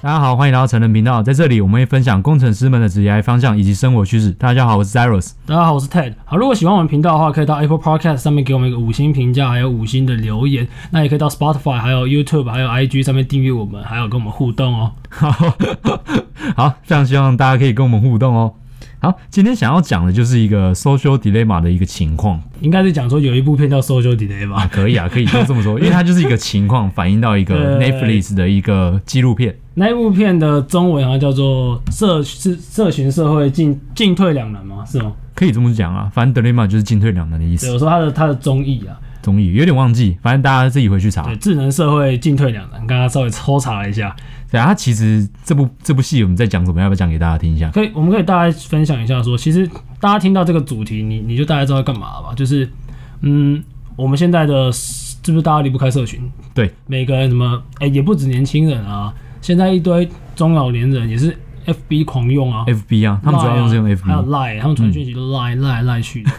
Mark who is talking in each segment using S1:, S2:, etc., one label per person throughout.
S1: 大家好，欢迎来到成人频道，在这里我们会分享工程师们的职业方向以及生活趋势。大家好，我是 Zeros。
S2: 大家好，我是 Ted。好，如果喜欢我们频道的话，可以到 Apple Podcast 上面给我们一个五星评价，还有五星的留言。那也可以到 Spotify、还有 YouTube、还有 IG 上面订阅我们，还有跟我们互动哦。
S1: 好， 好，非常希望大家可以跟我们互动哦。好，今天想要讲的就是一个 social dilemma 的一个情况，
S2: 应该是讲说有一部片叫《Social Delay》吧？
S1: 可以啊，可以就这么 说，因为它就是一个情况反映到一个
S2: 对
S1: Netflix 的一个纪录片。
S2: 那一部片的中文好像叫做《社是社群社会进进退两难》吗？是吗？
S1: 可以这么讲啊，反正 dilemma 就是进退两难的意
S2: 对，
S1: 思，
S2: 我说它的它的综艺啊，
S1: 综艺有点忘记，反正大家自己回去查。
S2: 对，智能社会进退两难。刚刚稍微抽查了一下，
S1: 对啊，它其实这部这部戏我们在讲什么，要不要讲给大家听一下？
S2: 可以，我们可以大概分享一下说其实大家听到这个主题，你你就大概知道要干嘛了吧？就是，嗯，我们现在的是不是大家离不开社群？
S1: 对，
S2: 每个人什么，哎、也不止年轻人啊，现在一堆中老年人也是 FB 狂用啊
S1: FB 啊，他们主要用是用嗯
S2: Line 啊
S1: FB，、
S2: 还有 Line，他们传讯息都 Line、Line Line 去的。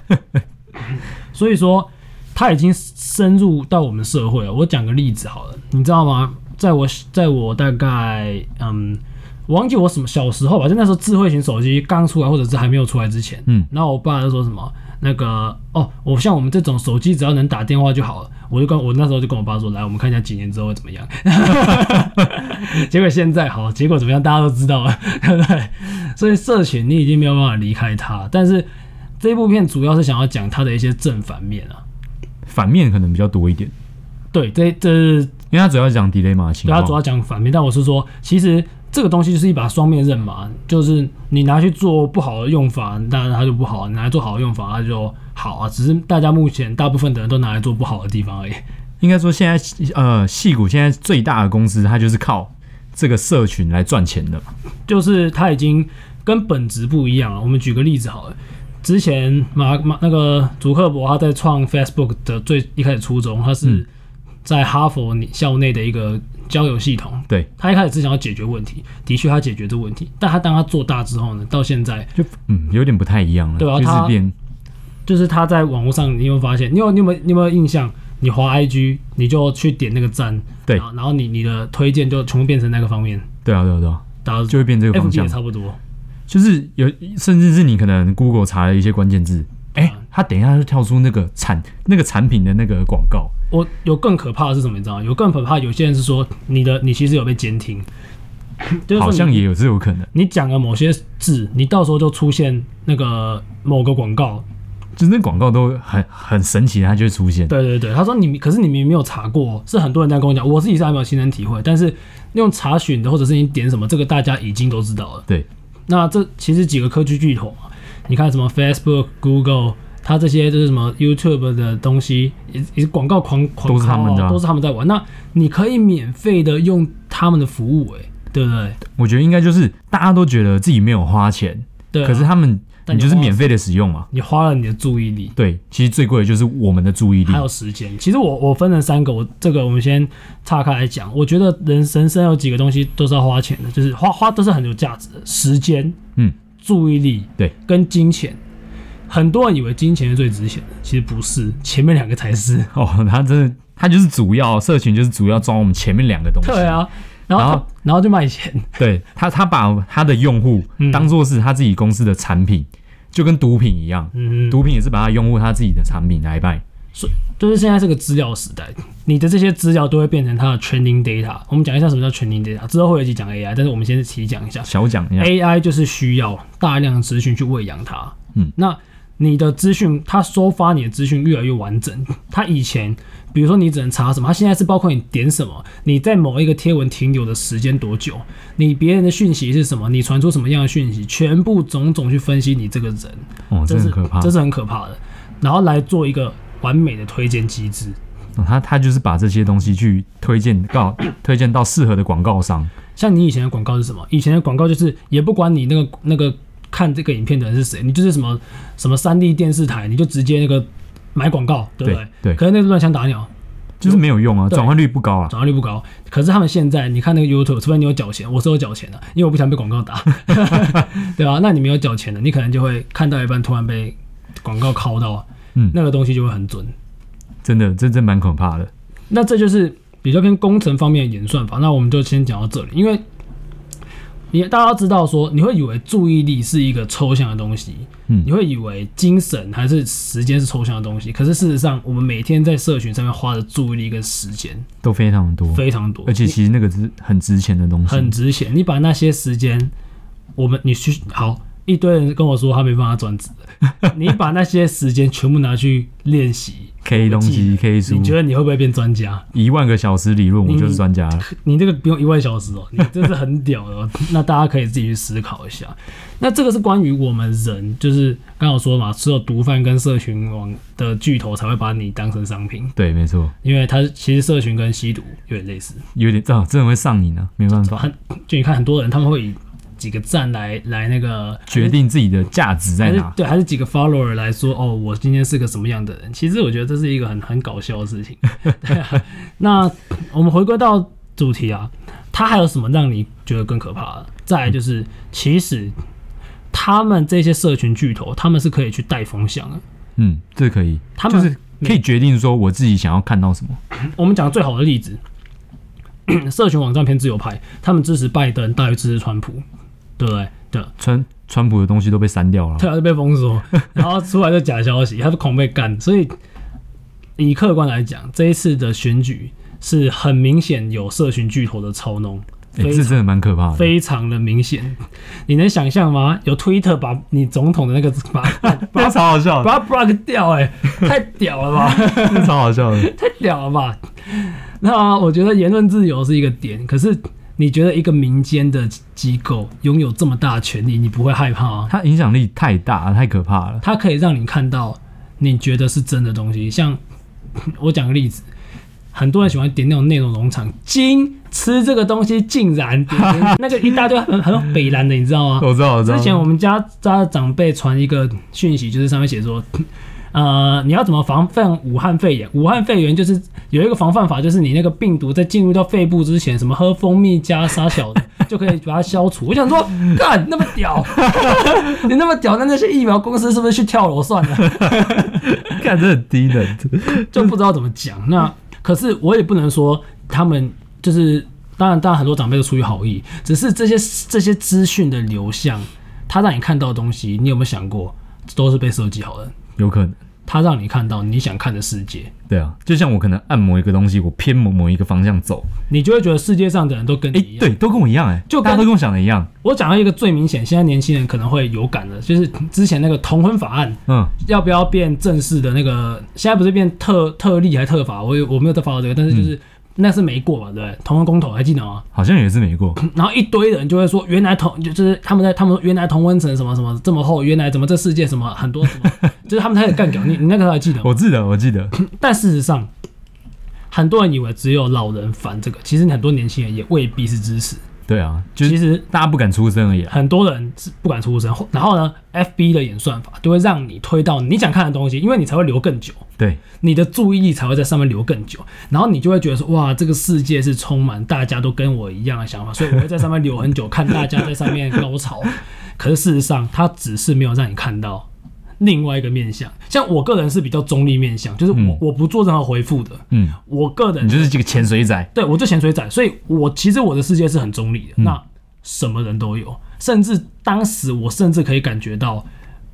S2: 所以说，它已经深入到我们社会了。我讲个例子好了，你知道吗？在我在我大概嗯，我忘记我什么小时候吧，就那时候智慧型手机刚出来，或者是还没有出来之前，
S1: 嗯，
S2: 然后我爸就说什么那个哦，我像我们这种手机只要能打电话就好了，我就跟我那时候就跟我爸说，来我们看一下几年之后会怎么样。 结果现在好，结果怎么样大家都知道了， 对不对？所以社群你已经没有办法离开它，但是这部片主要是想要讲它的一些正反面啊。
S1: 反面可能比较多一点，
S2: 对，这这是
S1: 因为它主要讲 dilemma 的情
S2: 对
S1: 况。
S2: 它主要讲反面，但我是说，其实这个东西就是一把双面刃嘛，就是你拿去做不好的用法，那它就不好；你拿来做好的用法，它就好啊。只是大家目前大部分的人都拿来做不好的地方而已。
S1: 应该说现在呃，戏骨现在最大的公司，它就是靠这个社群来赚钱的嘛。
S2: 就是它已经跟本质不一样了。我们举个例子好了，之前马马那个祖克伯他在创 Facebook 的最一开始初衷，他是在哈佛校内的一个交友系统。
S1: 对，
S2: 他一开始是想要解决问题，的确他解决这问题，但他当他做大之后呢，到现在
S1: 就嗯，有点不太一样了，
S2: 对啊
S1: 就是
S2: 它
S1: 变
S2: 就是他在网络上，你有没有发现？你有你有没有你有没有印象？你滑 IG，你就去点那个赞，
S1: 对
S2: 然后然后你你的推荐就全部变成那个方面，
S1: 对啊，对啊，对啊，
S2: 大家
S1: 就会变这个方
S2: FB 也
S1: 向。
S2: 差不多。
S1: 就是有，甚至是你可能 Google 查了一些关键字，
S2: 啊
S1: 哎、它等一下就跳出那个产那个产品的那个广告。
S2: 我有更可怕的是什么？你知道吗？有更可怕，有些人是说你的你其实有被监听，就是说你
S1: 好像也有是有可能，
S2: 你讲了某些字，你到时候就出现那个某个广告。
S1: 就是那广告都很很神奇，它就会出现。
S2: 对对对，他说你可是你明明没有查过，是很多人在跟我讲，我自己是还没有亲身体会，但是用查询的或者是你点什么，这个大家已经都知道了。
S1: 对，
S2: 那这其实几个科技巨头嘛，你看什么 Facebook、Google，它这些就是什么 YouTube 的东西，也也是广告狂狂
S1: 都是他
S2: 靠
S1: 们的啊
S2: 都是他们在玩。那你可以免费的用他们的服务、欸，对不对？
S1: 我觉得应该就是大家都觉得自己没有花钱，
S2: 对啊、
S1: 可是他们你
S2: 但你
S1: 就是
S2: 花
S1: 免费的使用嘛。
S2: 你花了你的注意力，
S1: 对，其实最贵的就是我们的注意力
S2: 还。有时间。其实我我分成三个，我这个我们先岔开来讲。我觉得人人生有几个东西都是要花钱的，就是花花都是很有价值的，时间、
S1: 嗯，
S2: 注意力，
S1: 对，
S2: 跟金钱。很多人以为金钱是最值钱的，其实不是，前面两个才是。
S1: 哦，他真的，他就是主要社群，就是主要装我们前面两个东西。
S2: 对，啊，然后
S1: 然
S2: 然
S1: 后
S2: 后就卖钱，
S1: 对他，他把他的用户
S2: 嗯
S1: 当做是他自己公司的产品，就跟毒品一样，
S2: 嗯，
S1: 毒品也是把他用户他自己的产品来卖。
S2: 就是现在这个资料时代，你的这些资料都会变成它的 training data。我们讲一下什么叫 training data，之后会有一集讲 AI，但是我们先提讲一下
S1: 小讲一下，
S2: AI 就是需要大量的资讯去喂养它。
S1: 嗯，
S2: 那你的资讯，它收发你的资讯越来越完整。它以前，比如说你只能查什么，它现在是包括你点什么，你在某一个贴文停留的时间多久，你别人的讯息是什么，你传出什么样的讯息，全部种种去分析你这个人。
S1: 哦，
S2: 这
S1: 真
S2: 是
S1: 的可怕。
S2: 这是很可怕的。然后来做一个完美的推荐机制。
S1: 哦他他就是把这些东西去推荐 到推荐到适合的广告商。
S2: 像你以前的广告是什么？以前的广告就是也不管你那个那个看这个影片的人是谁，你就是什么什么三 D 电视台，你就直接那个买广告，对不对？
S1: 对对
S2: 可是那个乱枪打鸟，
S1: 就是没有用啊，
S2: 对
S1: 转换率不高啊。
S2: 转化率不高。可是他们现在，你看那个 YouTube，除非你有缴钱，我是有缴钱的，因为我不想被广 告打， 对啊吧、那你没有缴钱的，你可能就会看到一半突然被广告拷到，啊
S1: 嗯
S2: 那个东西就会很准。
S1: 真的，这真蛮可怕的。
S2: 那这就是比较偏工程方面的演算法。那我们就先讲到这里，因为你大家要知道说，你会以为注意力是一个抽象的东西，
S1: 嗯
S2: 你会以为精神还是时间是抽象的东西，可是事实上，我们每天在社群上面花的注意力跟时间
S1: 都非常多，
S2: 非常多，
S1: 而且其实那个是很值钱的东西，
S2: 很值钱。你把那些时间，我们你去好一堆人跟我说他没办法转职， 你把那些时间全部拿去练习
S1: K 东西 K 书
S2: 你，觉得你会不会变专家？
S1: 一万个小时理论我就是专家了。
S2: 你这个不用一万小时哦，你这是很屌的、哦。 那大家可以自己去思考一下。那这个是关于我们人，就是刚好说嘛，只有毒贩跟社群网的巨头才会把你当成商品，
S1: 对，没错，
S2: 因为它其实社群跟吸毒有点类似。
S1: 有点啊，真的会上瘾啊，没办法，
S2: 很就你看很多人他们会以几个赞来来那个
S1: 决定自己的价值在
S2: 还是
S1: 哪。
S2: 对，还是几个 follower 来说，哦，我今天是个什么样的人？其实我觉得这是一个很很搞笑 的事情。对啊，那我们回归到主题啊，它还有什么让你觉得更可怕的？再来就是，其实他们这些社群巨头，他们是可以去带风向的。
S1: 嗯，这可以，
S2: 他
S1: 就
S2: 们
S1: 是可以决定说我自己想要看到什么。
S2: 我们讲最好的例子， 社群网站偏自由派，他们支持拜登大于支持川普，对不对？对，
S1: 川川普的东西都被删掉了，哎
S2: 对啊，就被封锁，然后出来就假消息，他是狂被干。所以以客观来讲，这一次的选举是很明显有社群巨头的操弄，
S1: 哎、
S2: 非
S1: 这
S2: 常、
S1: 真的蛮可怕的。
S2: 非常的明显。你能想象吗？有 Twitter 把你总统的那个把把
S1: 这超好笑的，
S2: 把他 block 掉、哎，太屌了吧！
S1: 这超好笑的。
S2: 太屌了吧？那我觉得言论自由是一个点，可是你觉得一个民间的机构拥有这么大的权利，你不会害怕吗？
S1: 它影响力太大，太可怕了。
S2: 它可以让你看到你觉得是真的东西。像我讲个例子，很多人喜欢点那种内容农场，金吃这个东西竟然点点那个一大堆很很北蓝的，你知道吗？
S1: 我知道，我知道。
S2: 之前我们家家的长辈传一个讯息，就是上面写说，呃，你要怎么防范武汉肺炎？武汉肺炎就是有一个防范法，就是你那个病毒在进入到肺部之前，什么喝蜂蜜加沙小的 就可以把它消除。我想说，干那么屌， 你那么屌，那那些疫苗公司是不是去跳楼算了？
S1: 看这很低能，
S2: 就不知道怎么讲。那可是我也不能说他们就是，当然，当然很多长辈都出于好意，只是这些这些资讯的流向，他让你看到的东西，你有没有想过，都是被设计好的？
S1: 有可能。
S2: 他让你看到你想看的世界，
S1: 对啊，就像我可能按某一个东西，我偏某某一个方向走，
S2: 你就会觉得世界上的人都跟你
S1: 哎、
S2: 一样。
S1: 对，都跟我一样、哎，
S2: 就跟
S1: 大家都跟我想的一样，
S2: 我讲到一个最明显，现在年轻人可能会有感的，就是之前那个同婚法案，
S1: 嗯，
S2: 要不要变正式的那个？现在不是变特特例还是特法？我也我没有在 follow 这个，但是就是、那是没过嘛，对不对？同婚公投还记得吗？
S1: 好像也是没过，
S2: 然后一堆人就会说，原来同就是他们在他们说原来同温层什么什么这么厚，原来怎么这世界什么很多什么，就是他们开始干掉你，你那个还记得吗？
S1: 我记得，我记 得，
S2: 但事实上，很多人以为只有老人烦这个，其实很多年轻人也未必是支持。
S1: 对啊，就
S2: 其
S1: 是
S2: 实
S1: 大家不敢出声而已、啊，
S2: 很多人是不敢出声，然后呢，FB 的演算法就会让你推到你想看的东西，因为你才会留更久。
S1: 对，
S2: 你的注意力才会在上面留更久，然后你就会觉得说，哇，这个世界是充满大家都跟我一样的想法，所以我会在上面留很久，看大家在上面高潮。 可是事实上，它只是没有让你看到另外一个面相。像我个人是比较中立面相，就是我、
S1: 嗯
S2: 我不做任何回复的，
S1: 嗯，
S2: 我个人
S1: 你就是这个潜水仔，
S2: 对我就潜水仔，所以我其实我的世界是很中立的，
S1: 嗯
S2: 那什么人都有，甚至当时我甚至可以感觉到，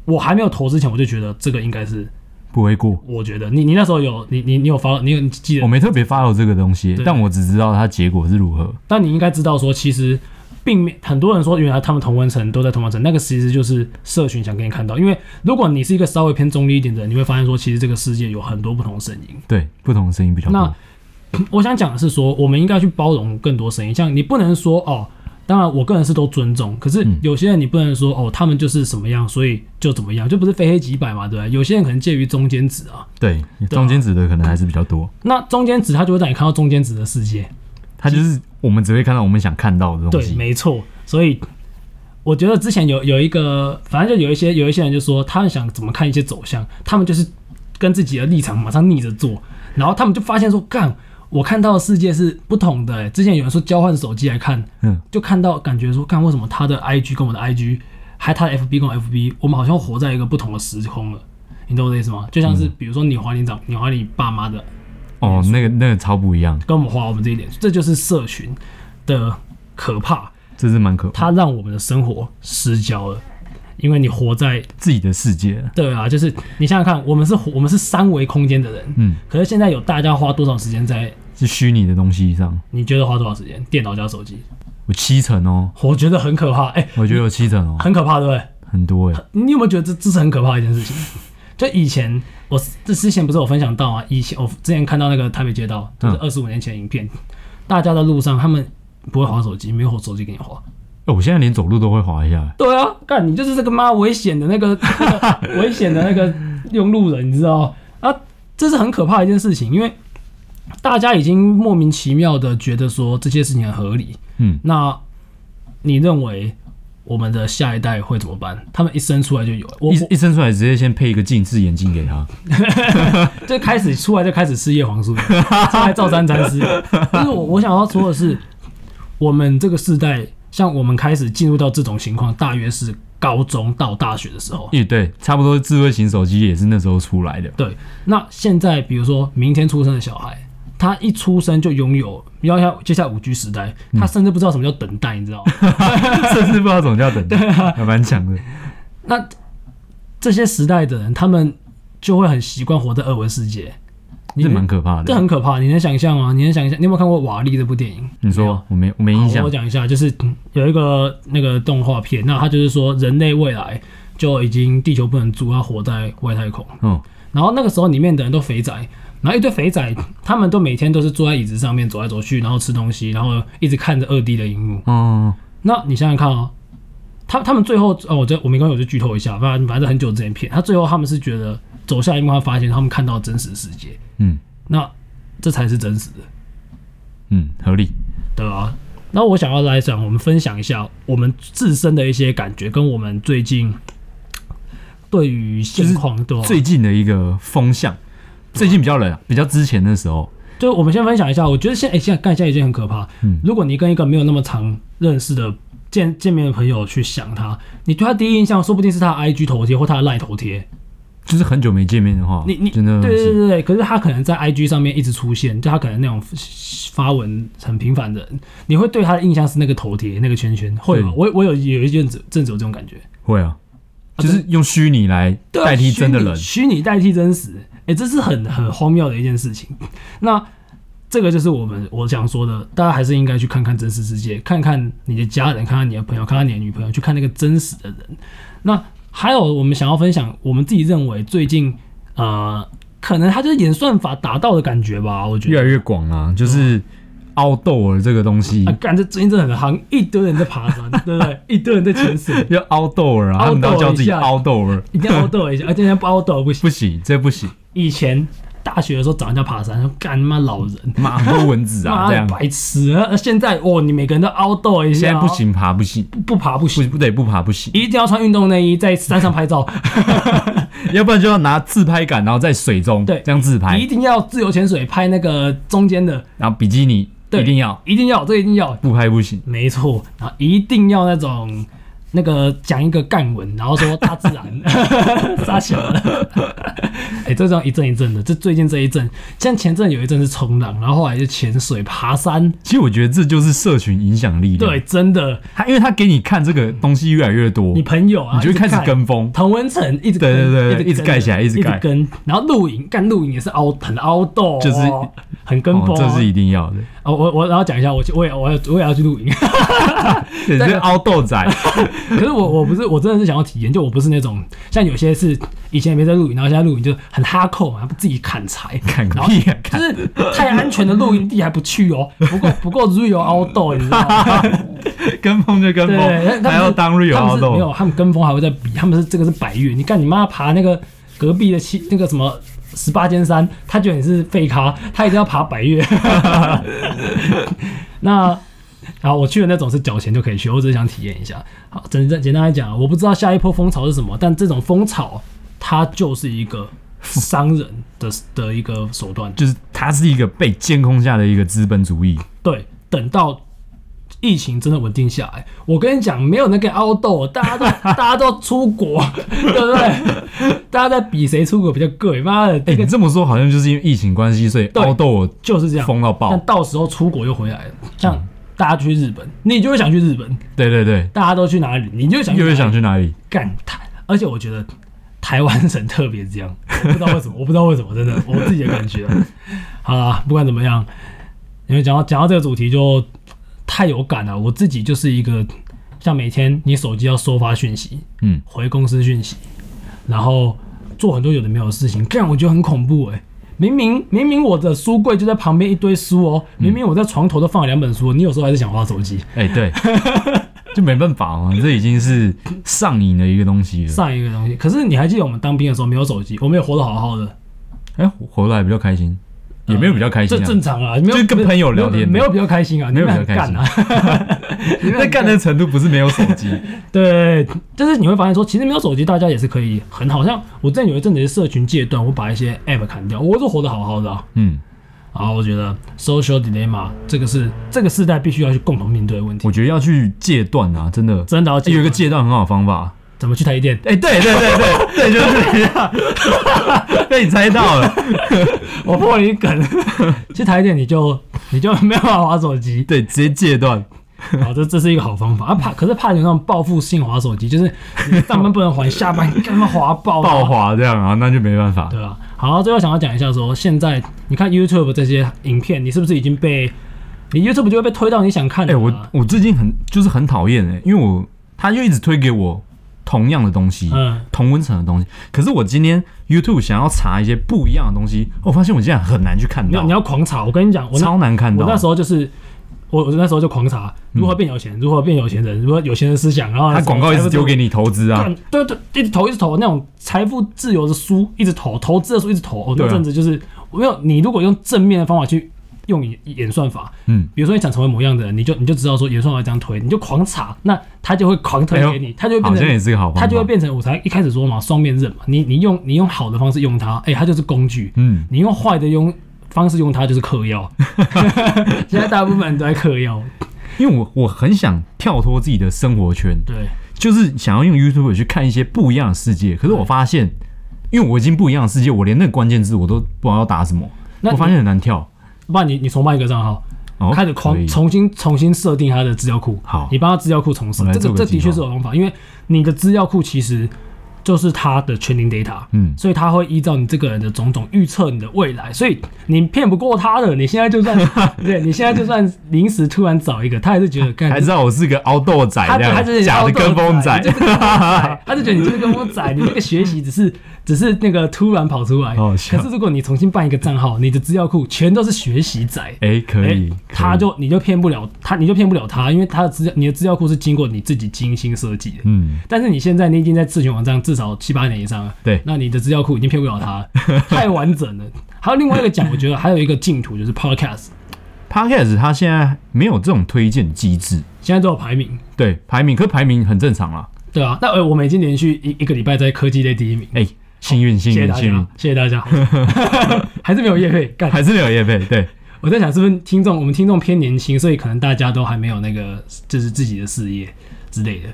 S2: 我还没有投之前，我就觉得这个应该是
S1: 不会过。
S2: 我觉得你你那时候有你你你有发你有你记
S1: 我
S2: 得，
S1: 没特别 follow 这个东西，
S2: 对
S1: 但我只知道它结果是如何。
S2: 但你应该知道说，其实并没很多人说原来他们同温层都在同温层，那个其实就是社群想给你看到。因为如果你是一个稍微偏中立一点的人，你会发现说，其实这个世界有很多不同的声音。
S1: 对，不同的声音比较
S2: 那
S1: 多。
S2: 我想讲的是说，我们应该去包容更多声音，像你不能说哦。当然，我个人是都尊重，可是有些人你不能说哦，他们就是什么样，所以就怎么样，就不是非黑即白嘛，对不对？有些人可能介于中间值啊，
S1: 对，中间值的可能还是比较多。
S2: 那中间值它就会让你看到中间值的世界，
S1: 它就是我们只会看到我们想看到的东
S2: 对，
S1: 西。
S2: 没错。所以我觉得之前有有一个，反正就有一些有一些人就说，他们想怎么看一些走向，他们就是跟自己的立场马上逆着做，然后他们就发现说，干，我看到的世界是不同的、欸。之前有人说交换手机来看，
S1: 嗯，
S2: 就看到感觉说，干，为什么他的 IG 跟我的 IG，还他的 FB 跟我 FB，我们好像活在一个不同的时空了。你懂我的意思吗？就像是比如说你怀你长，你怀你爸妈的
S1: 哦，那个那个超不一样。
S2: 跟我们划我们这一点，这就是社群的可怕。
S1: 这是蛮可怕的。
S2: 它让我们的生活失焦了，因为你活在
S1: 自己的世界啊，
S2: 对啊，就是你想想看，我们是活我们是三维空间的人，
S1: 嗯，
S2: 可是现在有大家花多少时间在？
S1: 是虚拟的东西上，
S2: 你觉得花多少时间？电脑加手机，
S1: 有七成哦，
S2: 我觉得很可怕，哎、
S1: 我觉得有七成哦，
S2: 很可怕，对不对？
S1: 很多哎、
S2: 你有没有觉得这这是很可怕的一件事情？就以前我这之前不是有分享到啊，以前我之前看到那个台北街道，就是
S1: 嗯
S2: 二十五年前的影片，大家在路上他们不会划手机，没有手机给你划。
S1: 哎我现在连走路都会滑一下、哎
S2: 对啊，干你就是这个妈危险的那个那个危险的那个用路人，你知道吗啊？这是很可怕的一件事情，因为大家已经莫名其妙的觉得说这些事情很合理。
S1: 嗯，
S2: 那你认为我们的下一代会怎么办？他们一生出来就有了，我我
S1: 一一生出来直接先配一个近视眼镜给他，
S2: 就开始出来就开始吃叶黄素，出来照三餐吃。但是我我想要说的是，我们这个世代，像我们开始进入到这种情况，大约是高中到大学的时候。
S1: 也对，差不多智慧型手机也是那时候出 来的，
S2: 对，那现在比如说明天出生的小孩，他一出生就拥有，要要接下五 G 时代，
S1: 嗯
S2: 他甚至不知道什么叫等待，你知道吗？
S1: 甚至不知道怎么叫等待，
S2: 啊
S1: 还蛮强的。
S2: 那这些时代的人，他们就会很习惯活在二维世界，你
S1: 这
S2: 能
S1: 蛮可怕
S2: 这
S1: 的。
S2: 很可怕。你能想象吗？你能想象？你有没有看过《瓦力》这部电影？
S1: 你
S2: 没有
S1: 说我没我没印
S2: 好
S1: 象
S2: 我，讲一下，就是嗯有一个那个动画片，那它就是说人类未来就已经地球不能住，要活在外太空。
S1: 嗯，
S2: 然后那个时候里面的人都肥仔，然后一堆肥仔，他们都每天都是坐在椅子上面走来走去，然后吃东西，然后一直看着二 D 的荧幕。
S1: 哦，
S2: 那你想想看哦，他他们最后哦，我这我没关系，我就剧透一下，反正反正很久之前片，他最后他们是觉得走下一幕，他发现他们看到真实世界，
S1: 嗯
S2: 那这才是真实的。
S1: 嗯，合理。
S2: 对啊。那我想要来讲，我们分享一下我们自身的一些感觉，跟我们最近对于现况，对吧？
S1: 最近的一个风向，最近比较冷啊，比较之前的时候，
S2: 就我们先分享一下，我觉得现哎、现在干现在已经很可怕。
S1: 嗯
S2: 如果你跟一个没有那么常认识的见见面的朋友去想他，你对他第一印象说不定是他的 IG 头贴或他的 LINE 头贴，
S1: 就是很久没见面的话，
S2: 你你
S1: 真的
S2: 对对
S1: 是
S2: 对对，可是他可能在 IG 上面一直出现，就他可能那种发文很频繁的人，你会对他的印象是那个头贴那个圈圈，会吗
S1: 对？
S2: 我我有有一阵子阵子有这种感觉。
S1: 会啊，就是用虚拟来
S2: 对啊
S1: 代替真的人，
S2: 虚拟虚拟代替真实，哎、这是很很荒谬的一件事情。 那这个就是我们我想说的，大家还是应该去看看真实世界，看看你的家人，看看你的朋友，看看你的女朋友，去看那个真实的人。那还有我们想要分享，我们自己认为最近呃，可能它就是演算法达到的感觉吧，我觉
S1: 越
S2: 得
S1: 来。越广啊，就是凹豆儿这个东西
S2: 哦啊，，干这最近真的很夯，一堆人在 爬山，对不对？一堆人在潜水，
S1: 要凹豆儿啊，他们都叫自己凹豆儿，
S2: 一定要 outdoor 一下，而啊且要不 outdoor 不行。
S1: 不行，这不行，
S2: 以前大学的时候找人家爬山，说干他妈老人，
S1: 妈很多蚊子啊，
S2: 妈
S1: 这
S2: 的
S1: 样，
S2: 白痴！啊！现在哦，你每个人都 outdoor 一下，
S1: 现在不，行，爬不行，
S2: 不爬不
S1: 不
S2: 行，
S1: 不得不爬不行，
S2: 一定要穿运动内衣在山上拍照，
S1: 要不然就要拿自拍杆，然后在水中
S2: 对
S1: 这样自拍
S2: 一，定要自由潜水拍那个中间的，
S1: 然后比基尼
S2: 对
S1: 一定要
S2: 一定要这个一定要，
S1: 不拍不行，
S2: 没错，然后一定要那种。那个讲一个干文，然后说大自 然，傻小了。 哎、这这样一阵一阵的，这最近这一阵，像前阵有一阵是冲浪，然后后来就潜水、爬山，
S1: 其实我觉得这就是社群影响力量
S2: 对，，真的，
S1: 他因为他给你看这个东西越来越多，
S2: 你
S1: 你
S2: 朋友啊，
S1: 就会
S2: 一直
S1: 开始
S2: 看
S1: 跟风。
S2: 同文层一直
S1: 对对
S2: 跟
S1: 对对
S2: 一
S1: 一直
S2: 跟
S1: 盖起来一直盖
S2: 跟，然后露营干露营也是凹很凹豆哦，
S1: 就是
S2: 很跟
S1: 哦
S2: 风，啊
S1: 这是一定 要的。
S2: 哦我我然后讲一下，我去我也我也我也要去露营，
S1: 对，
S2: 但
S1: 这凹豆仔，
S2: 可是我我不是我真的是想要体验，就我不是那种像有些是以前也没在露营，然后现在露营就很哈扣嘛，自己砍柴，
S1: 看个
S2: 然后
S1: 屁啊！
S2: 就
S1: 看
S2: 是太安全的露营地还不去哦，不够不够 real 凹豆，你知道吗？
S1: 跟风就跟
S2: 对，
S1: 风，
S2: 他
S1: 还
S2: 们
S1: 要
S2: 是
S1: 当 real
S2: 他们
S1: 凹
S2: 是没有，
S1: 豆，
S2: 他们跟风还会在比，他们是这个是百越，你看你妈爬那个隔壁的七那个什么十八尖山，他觉得你是废咖，他一定要爬百越。 那然后我去的那种是缴钱就可以去，我只是想体验一下。好，简单简单来讲，我不知道下一波风潮是什么，但这种风潮它就是一个商人的的一个手段。
S1: 就是它是一个被监控下的一个资本主义。
S2: 对，等到疫情真的稳定下来，我跟你讲，没有那个凹豆，大家都 大家都出国， 对不对？大家在比谁出国比较贵，妈的，
S1: 哎，
S2: 这
S1: 你
S2: 个
S1: 这么说好像就是因为疫情关系，所以凹豆
S2: 就是这样。
S1: 疯到爆嗯
S2: 但。到时候出国又回来了，像大家去日本，你就会想去日本；
S1: 对对对，
S2: 大家都去哪里，你就会想去
S1: 又
S2: 哪
S1: 会
S2: 里
S1: 想去哪里？
S2: 干台。而且我觉得台湾省特别这样， 不知道为什么，我不知道为什么，真的我自己的感觉。啊好啦，不管怎么样，因为讲到讲到这个主题就太有感了，我自己就是一个像每天你手机要收发讯息，
S1: 嗯，
S2: 回公司讯息，然后做很多有的没有的事情，这样我觉得很恐怖哎、明明明明我的书柜就在旁边一堆书哦，明明我在床头都放了两本书，哦你有时候还是想花手机。
S1: 哎、 对，就没办法嘛，这已经是上瘾的一个东西了。
S2: 上一个东西，可是你还记得我们当兵的时候没有手机，我们也活得好好的，
S1: 哎、活得还比较开心，也没有比较开心、
S2: 这
S1: 啊，
S2: 正常啊，没有
S1: 就是跟朋友聊天
S2: 没有没有比较开心啊，
S1: 没有
S2: 你们
S1: 比较
S2: 很
S1: 开
S2: 干
S1: 心
S2: 啊。
S1: 那干的程度不是没有手 机，
S2: 对，但是你会发现说，其实没有手机，大家也是可以很好。像我之前有一阵子的社群戒断，我把一些 app 砍掉，我都活得好好的、啊。
S1: 嗯，
S2: 然后我觉得 social dilemma 这个是这个世代必须要去共同面对的问题
S1: 我，觉得要去戒断啊，真的，
S2: 真的要
S1: 哎有一个
S2: 戒
S1: 戒断很好的方法。
S2: 怎么去台积电？
S1: 哎、对对对 对对，就是这样， 被你猜到了。
S2: 我破你梗， 去台积电你就你就 没有办法滑手机，
S1: 对，直接戒断。
S2: 好，这这是一个好方法啊。怕可是怕有那种报复性划手机，就是你上班不能还，下班干嘛划爆啊
S1: 爆滑这样啊，那就没办法。
S2: 对啊，好，最后想要讲一下说，现在你看 YouTube 这些影片，你是不是已经被你 YouTube 就会被推到你想看
S1: 哎、
S2: 的、啊？
S1: 我我最近很就是很讨厌哎，因为我他就一直推给我同样的东西，
S2: 嗯
S1: 同温层的东西。可是我今天 YouTube 想要查一些不一样的东西，哦我发现我竟然很难去看
S2: 你
S1: 到
S2: 要你，要狂查，我跟你讲，我那
S1: 超难看
S2: 我
S1: 到。
S2: 那时候就是。我我那时候就狂查如何变有钱，如何变有钱人，如何有钱人思想，然后
S1: 他广告一直丢给
S2: 你
S1: 你投资啊，
S2: 对对，一直投一直投那种财富自由的书，一直投投资的书一直投。我、
S1: 对
S2: 那
S1: 啊
S2: 阵子就是我没有你，如果用正面的方法去用演演算法，
S1: 嗯，
S2: 比如说你想成为某样的人，你就你就知道说演算法这样推，你就狂查，那他就会狂推给你，他就会
S1: 哎好
S2: 变
S1: 像也
S2: 成。
S1: 是个好方法。
S2: 他就会变成我才一开始说嘛，双面刃嘛。你你用你用好的方式用它，哎、它就是工具。
S1: 嗯，
S2: 你用坏的用方式用它就是嗑药。 现在大部分人都在嗑药，
S1: 因为我我很想跳脱自己的生活圈，
S2: 对，
S1: 就是想要用 YouTube 去看一些不一样的世界。可是我发现，因为我已经不一样的世界，我连那个关键字我都不知道要打什么，
S2: 那
S1: 我发现很难跳。
S2: 不然你你重办一个账号，
S1: 哦
S2: 开始
S1: 可
S2: 狂
S1: 以
S2: 重新重新设定他的资料库。
S1: 好
S2: 你帮他资料库重设
S1: 我，来
S2: 这
S1: 做
S2: 个
S1: 个
S2: 这
S1: 记
S2: 的
S1: 号
S2: 确是有方法，因为你的资料库其实就是他的 training data，
S1: 嗯
S2: 所以他会依照你这个人的种种预测你的未来，所以你骗不过他的。你现在就 算对你现在就算临时突然找一个，他还 是觉得干
S1: 还知道我是个凹豆仔
S2: 他
S1: 这
S2: 他就是
S1: 样，假的跟风仔
S2: 你 就是。跟风仔他就觉得你就是跟风仔，你这个学习只是只是那个突然跑出来。
S1: 好
S2: 可
S1: 好笑
S2: 是如果你重新办一个账号，你的资料库全都是学习仔。
S1: 哎，可以，可
S2: 哎
S1: 以
S2: 他就你就骗不了他，你就骗不了他，因为他的资料你的资料库是经过你自己精心设计的。
S1: 嗯，
S2: 但是你现在你已经在自询网站至少七八年以上了，
S1: 对
S2: 那你的资料库已经骗不了他 了，太完整了。还有另外一个讲，我觉得还有一个净土就是 Podcast，
S1: ，Podcast 它现在没有这种推荐机制，
S2: 现在都有排名，
S1: 对排名，可排名很正常啦。
S2: 对啊，那呃我们已经连续一一个礼拜在科技类第一名，
S1: 哎，幸运幸
S2: 哦谢谢
S1: 运
S2: 大
S1: 幸运
S2: 家，，谢谢 大家，还是没有业配干。
S1: 还是没有叶配，对，
S2: 我在想是不是听众，我们听众偏年轻，所以可能大家都还没有那个就是自己的事业之类的，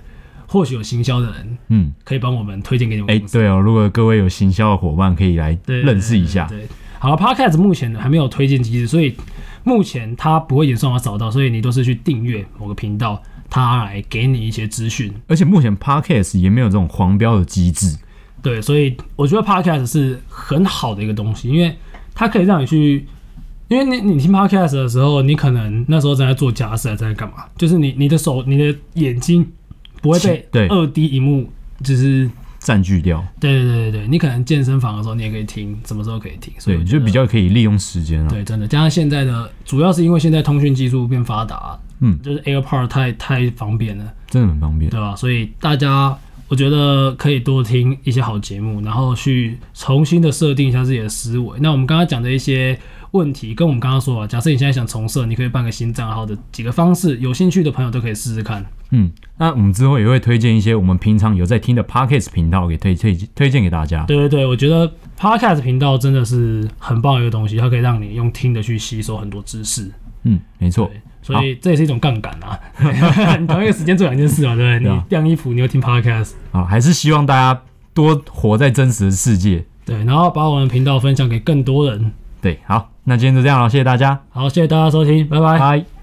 S2: 或许有行销的人
S1: 嗯，
S2: 可以帮我们推荐给你们
S1: 哎，
S2: 公司。
S1: 对哦，如果各位有行销的伙伴可以来
S2: 对
S1: 认识一下，
S2: 对，对好，Podcast 目前还没有推荐机制，所以目前它不会演算法找到，所以你都是去订阅某个频道，它来给你一些资讯。
S1: 而且目前 Podcast 也没有这种黄标的机制，
S2: 对，所以我觉得 podcast 是很好的一个东西，因为它可以让你去，因为你你听 podcast 的时候，你可能那时候正在做家事，还在干嘛，就是你你的手、你的眼睛不会被
S1: 对
S2: 二 D 荧幕，就是
S1: 占据掉，
S2: 对对对对对，你可能健身房的时候你也可以听，什么时候可以听，所以
S1: 对，
S2: 我
S1: 就
S2: 觉得
S1: 比较可以利用时间啊。
S2: 对，真的加上现在的，主要是因为现在通讯技术变发达，
S1: 嗯
S2: 就是 AirPod 太太方便了。
S1: 真的很方便。
S2: 对吧？所以大家，我觉得可以多听一些好节目，然后去重新的设定一下自己的思维。那我们刚刚讲的一些问题，跟我们刚刚说啊，假设你现在想重设，你可以办个新账号的几个方式，有兴趣的朋友都可以试试看。
S1: 嗯，那我们之后也会推荐一些我们平常有在听的 Podcast 频道给推推推荐给大家。
S2: 对对对，我觉得 Podcast 频道真的是很棒的一个东西，它可以让你用听的去吸收很多知识。
S1: 嗯，没错。
S2: 对，所以这也是一种杠杆啊！ 你同一个时间做两件事嘛，对不
S1: 对啊
S2: 对？你晾衣服，你又听 Podcast，
S1: 好，还是希望大家多活在真实的世界。
S2: 对，然后把我们的频道分享给更多人。
S1: 对，好，那今天就这样了，谢谢大家，
S2: 好，谢谢大家收听，拜拜。
S1: 拜。